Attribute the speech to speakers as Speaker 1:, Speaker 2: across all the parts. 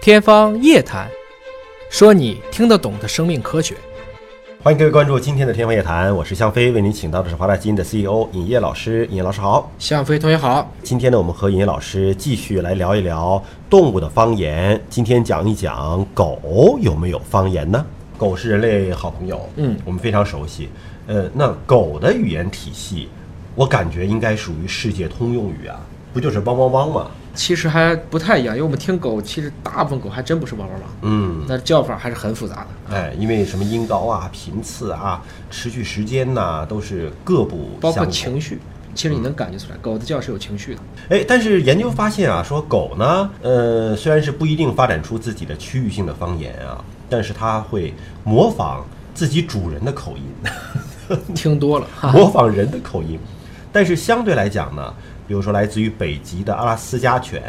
Speaker 1: 天方夜谭，说你听得懂的生命科学。
Speaker 2: 欢迎各位关注今天的天方夜谭，我是向飞，为您请到的是华大基因的 CEO 尹烨老师。尹烨老师好，
Speaker 1: 向飞同学好，
Speaker 2: 今天呢，我们和尹烨老师继续来聊一聊动物的方言。今天讲一讲狗有没有方言呢？狗是人类好朋友，
Speaker 1: 嗯，
Speaker 2: 我们非常熟悉。呃，那狗的语言体系，我感觉应该属于世界通用语啊，不就是汪汪汪吗？
Speaker 1: 其实还不太一样，因为我们听狗，其实大部分狗还真不是汪汪汪，
Speaker 2: 嗯，
Speaker 1: 那叫法还是很复杂的。
Speaker 2: 哎，因为什么音高啊、频次啊、持续时间呐、都是各不
Speaker 1: 包括
Speaker 2: 相同
Speaker 1: 情绪，其实你能感觉出来，狗的叫是有情绪的。
Speaker 2: 哎，但是研究发现啊，说狗呢，呃，虽然是不一定发展出自己的区域性的方言啊，但是它会模仿自己主人的口音，
Speaker 1: 听多了哈，
Speaker 2: 模仿人的口音。但是相对来讲呢，比如说来自于北极的阿拉斯加犬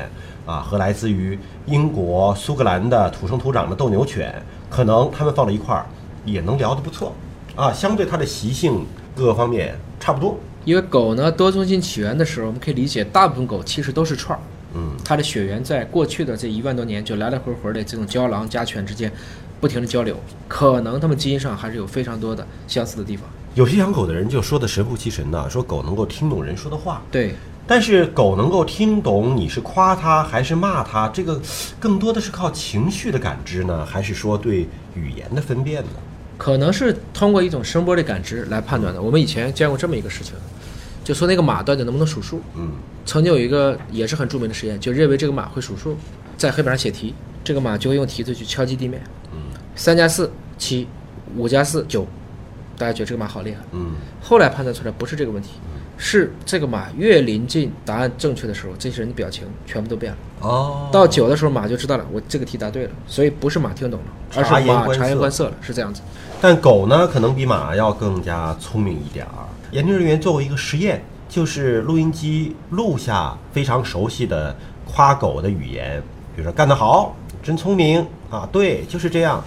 Speaker 2: 啊，和来自于英国苏格兰的土生土长的斗牛犬，可能它们放到一块儿也能聊得不错啊，相对它的习性各个方面差不多。
Speaker 1: 因为狗呢多中心起源的时候，我们可以理解，大部分狗其实都是串儿，
Speaker 2: 嗯，
Speaker 1: 它的血缘在过去的这一万多年就来来回回的这种郊狼家犬之间不停的交流，可能它们基因上还是有非常多的相似的地方。
Speaker 2: 有些养狗的人就说的神乎其神呐、说狗能够听懂人说的话。
Speaker 1: 对，
Speaker 2: 但是狗能够听懂你是夸它还是骂它，这个更多的是靠情绪的感知呢，还是说对语言的分辨呢？
Speaker 1: 可能是通过一种声波的感知来判断的。我们以前见过这么一个事情，就说那个马到底能不能数数。
Speaker 2: 嗯，
Speaker 1: 曾经有一个也是很著名的实验，就认为这个马会数数，在黑板上写题，这个马就会用蹄子去敲击地面。
Speaker 2: 嗯，
Speaker 1: 三加四七，五加四九，大家觉得这个马好厉害。
Speaker 2: 嗯，
Speaker 1: 后来判断出来不是这个问题，是这个马越临近答案正确的时候，这些人的表情全部都变了。
Speaker 2: 哦
Speaker 1: 到九的时候，马就知道了，我这个题答对了，所以不是马听懂了，而
Speaker 2: 察
Speaker 1: 是
Speaker 2: 言
Speaker 1: 马
Speaker 2: 观
Speaker 1: 察言
Speaker 2: 色
Speaker 1: 观色了，是这样子。
Speaker 2: 但狗呢，可能比马要更加聪明一点儿。研究人员做过一个实验，就是录音机录下非常熟悉的夸狗的语言，比如说“干得好”“真聪明”啊，对，就是这样。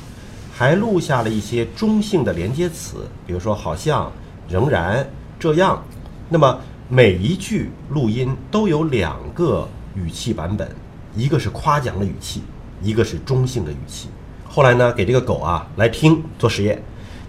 Speaker 2: 还录下了一些中性的连接词，比如说“好像”“仍然”“这样”。那么每一句录音都有两个语气版本，一个是夸奖的语气，一个是中性的语气。后来呢，给这个狗啊来听做实验，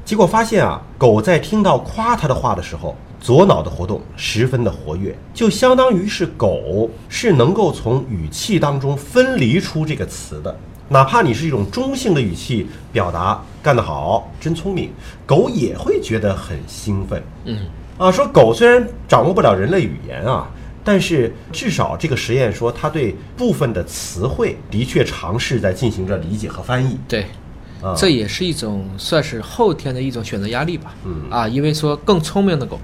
Speaker 2: 结果发现啊，狗在听到夸它的话的时候，左脑的活动十分的活跃，就相当于是狗是能够从语气当中分离出这个词的。哪怕你是一种中性的语气表达“干得好”“真聪明”，狗也会觉得很兴奋。
Speaker 1: 嗯，
Speaker 2: 啊，说狗虽然掌握不了人类语言啊，但是至少这个实验说它对部分的词汇的确尝试在进行着理解和翻译。
Speaker 1: 对，
Speaker 2: 啊，
Speaker 1: 这也是一种算是后天的一种选择压力吧。
Speaker 2: 嗯
Speaker 1: 啊，因为说更聪明的狗，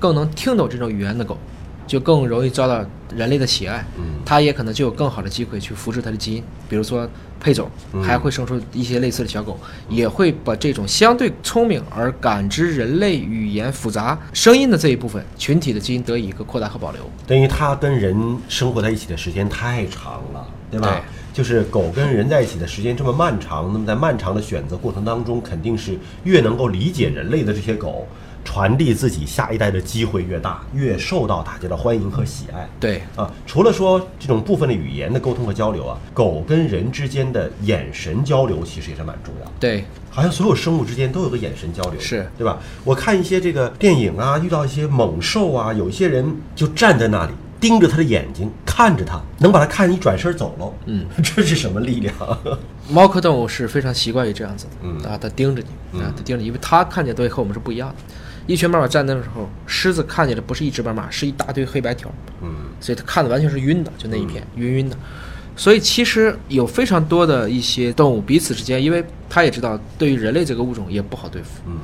Speaker 1: 更能听懂这种语言的狗，就更容易遭到人类的喜爱。
Speaker 2: 嗯
Speaker 1: 它也可能就有更好的机会去复制它的基因，比如说配种
Speaker 2: 嗯，
Speaker 1: 还会生出一些类似的小狗，也会把这种相对聪明而感知人类语言复杂声音的这一部分群体的基因得以一个扩大和保留。
Speaker 2: 等于它跟人生活在一起的时间太长了，对吧？
Speaker 1: 对
Speaker 2: 就是狗跟人在一起的时间这么漫长，那么在漫长的选择过程当中，肯定是越能够理解人类的这些狗，传递自己下一代的机会越大，越受到大家的欢迎和喜爱。
Speaker 1: 对，
Speaker 2: 啊，除了说这种部分的语言的沟通和交流啊，狗跟人之间的眼神交流其实也是蛮重要的。
Speaker 1: 对，
Speaker 2: 好像所有生物之间都有个眼神交流，
Speaker 1: 是
Speaker 2: 对吧？我看一些这个电影啊，遇到一些猛兽啊，有一些人就站在那里盯着他的眼睛看着他，能把他看一转身走喽。
Speaker 1: 嗯，
Speaker 2: 这是什么力量？
Speaker 1: 猫科动物是非常习惯于这样子的，
Speaker 2: 嗯
Speaker 1: 啊，它盯着你，啊，它盯着你，因为它看见的东西和我们是不一样的。一群斑马站那的时候，狮子看见的不是一只斑马，是一大堆黑白条，
Speaker 2: 嗯
Speaker 1: 所以它看的完全是晕的，就那一片、晕晕的。所以其实有非常多的一些动物彼此之间，因为它也知道对于人类这个物种也不好对付，
Speaker 2: 嗯，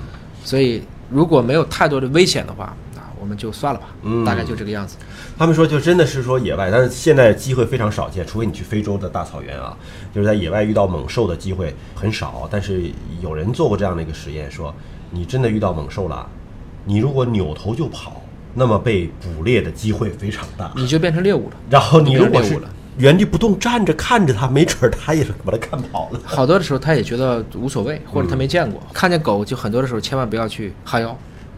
Speaker 1: 所以如果没有太多的危险的话，啊，我们就算了吧，
Speaker 2: 嗯
Speaker 1: 大概就这个样子。
Speaker 2: 他们说就真的是说野外，但是现在机会非常少见，除非你去非洲的大草原啊，就是在野外遇到猛兽的机会很少。但是有人做过这样的一个实验，说你真的遇到猛兽了，你如果扭头就跑，那么被捕猎的机会非常大。
Speaker 1: 你就变成猎物了。
Speaker 2: 然后你
Speaker 1: 你变
Speaker 2: 如果
Speaker 1: 猎
Speaker 2: 是
Speaker 1: 物了
Speaker 2: 原地不动站着看着它，没准儿它也是把它看跑了。
Speaker 1: 好
Speaker 2: 嗯
Speaker 1: 多的时候他也觉得无所谓，或者他没见过。看见狗就很多的时候千万不要去哈腰，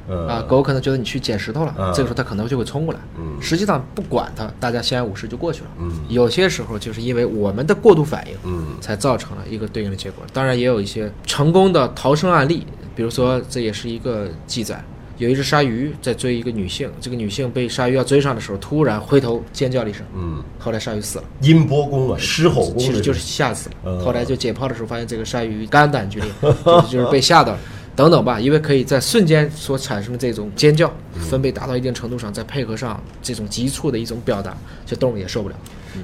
Speaker 2: 嗯
Speaker 1: 啊，狗可能觉得你去捡石头了，
Speaker 2: 嗯
Speaker 1: 这个时候它可能就会冲过来。
Speaker 2: 嗯
Speaker 1: 实际上不管它，大家相安无事就过去了。
Speaker 2: 嗯
Speaker 1: 有些时候就是因为我们的过度反应，
Speaker 2: 嗯
Speaker 1: 才造成了一个对应的结果。当然，也有一些成功的逃生案例，比如说这也是一个记载，有一只鲨鱼在追一个女性，这个女性被鲨鱼要追上的时候，突然回头尖叫了一声，
Speaker 2: 嗯，
Speaker 1: 后来鲨鱼死了。
Speaker 2: 音波功啊，狮吼功
Speaker 1: 其实
Speaker 2: 这
Speaker 1: 就是吓死
Speaker 2: 嗯
Speaker 1: 了。后来就解剖的时候发现这个鲨鱼肝胆俱裂，就是就是被吓到了。等等吧，因为可以在瞬间所产生的这种尖叫分贝达到一定程度上，再配合上这种急促的一种表达，这动物也受不了。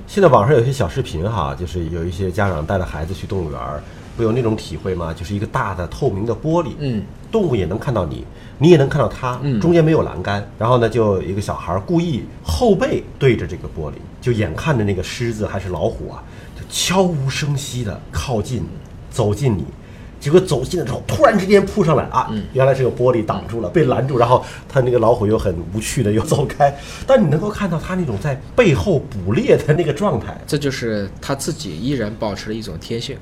Speaker 2: 现在网上有些小视频哈，就是有一些家长带着孩子去动物园儿，不有那种体会吗？就是一个大的透明的玻璃，
Speaker 1: 嗯，
Speaker 2: 动物也能看到你，你也能看到它，
Speaker 1: 嗯
Speaker 2: 中间没有栏杆。然后呢，就有一个小孩儿故意后背对着这个玻璃，就眼看着那个狮子还是老虎啊，就悄无声息的靠近，走近你。结果走近了之后，突然之间扑上来啊！原来是个玻璃挡住了，被拦住，然后他那个老虎又很无趣的又走开。但你能够看到他那种在背后捕猎的那个状态，
Speaker 1: 这就是它自己依然保持了一种天性。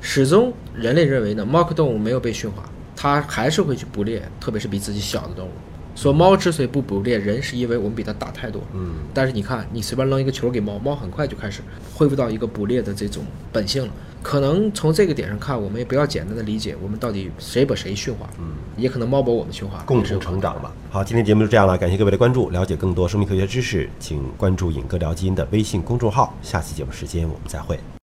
Speaker 1: 始终人类认为呢，猫科动物没有被驯化，它还是会去捕猎，特别是比自己小的动物。说猫之所以不捕猎人，是因为我们比它大太多。
Speaker 2: 嗯，
Speaker 1: 但是你看，你随便扔一个球给猫，猫很快就开始恢复到一个捕猎的这种本性了。可能从这个点上看，我们也不要简单的理解我们到底谁把谁驯化，嗯，也可能猫把我们驯化了，
Speaker 2: 啊共
Speaker 1: 也是
Speaker 2: 同
Speaker 1: 有可能
Speaker 2: 成长吧。好，今天节目就这样了，感谢各位的关注。了解更多生命科学知识，请关注“尹哥聊基因”的微信公众号。下期节目时间我们再会。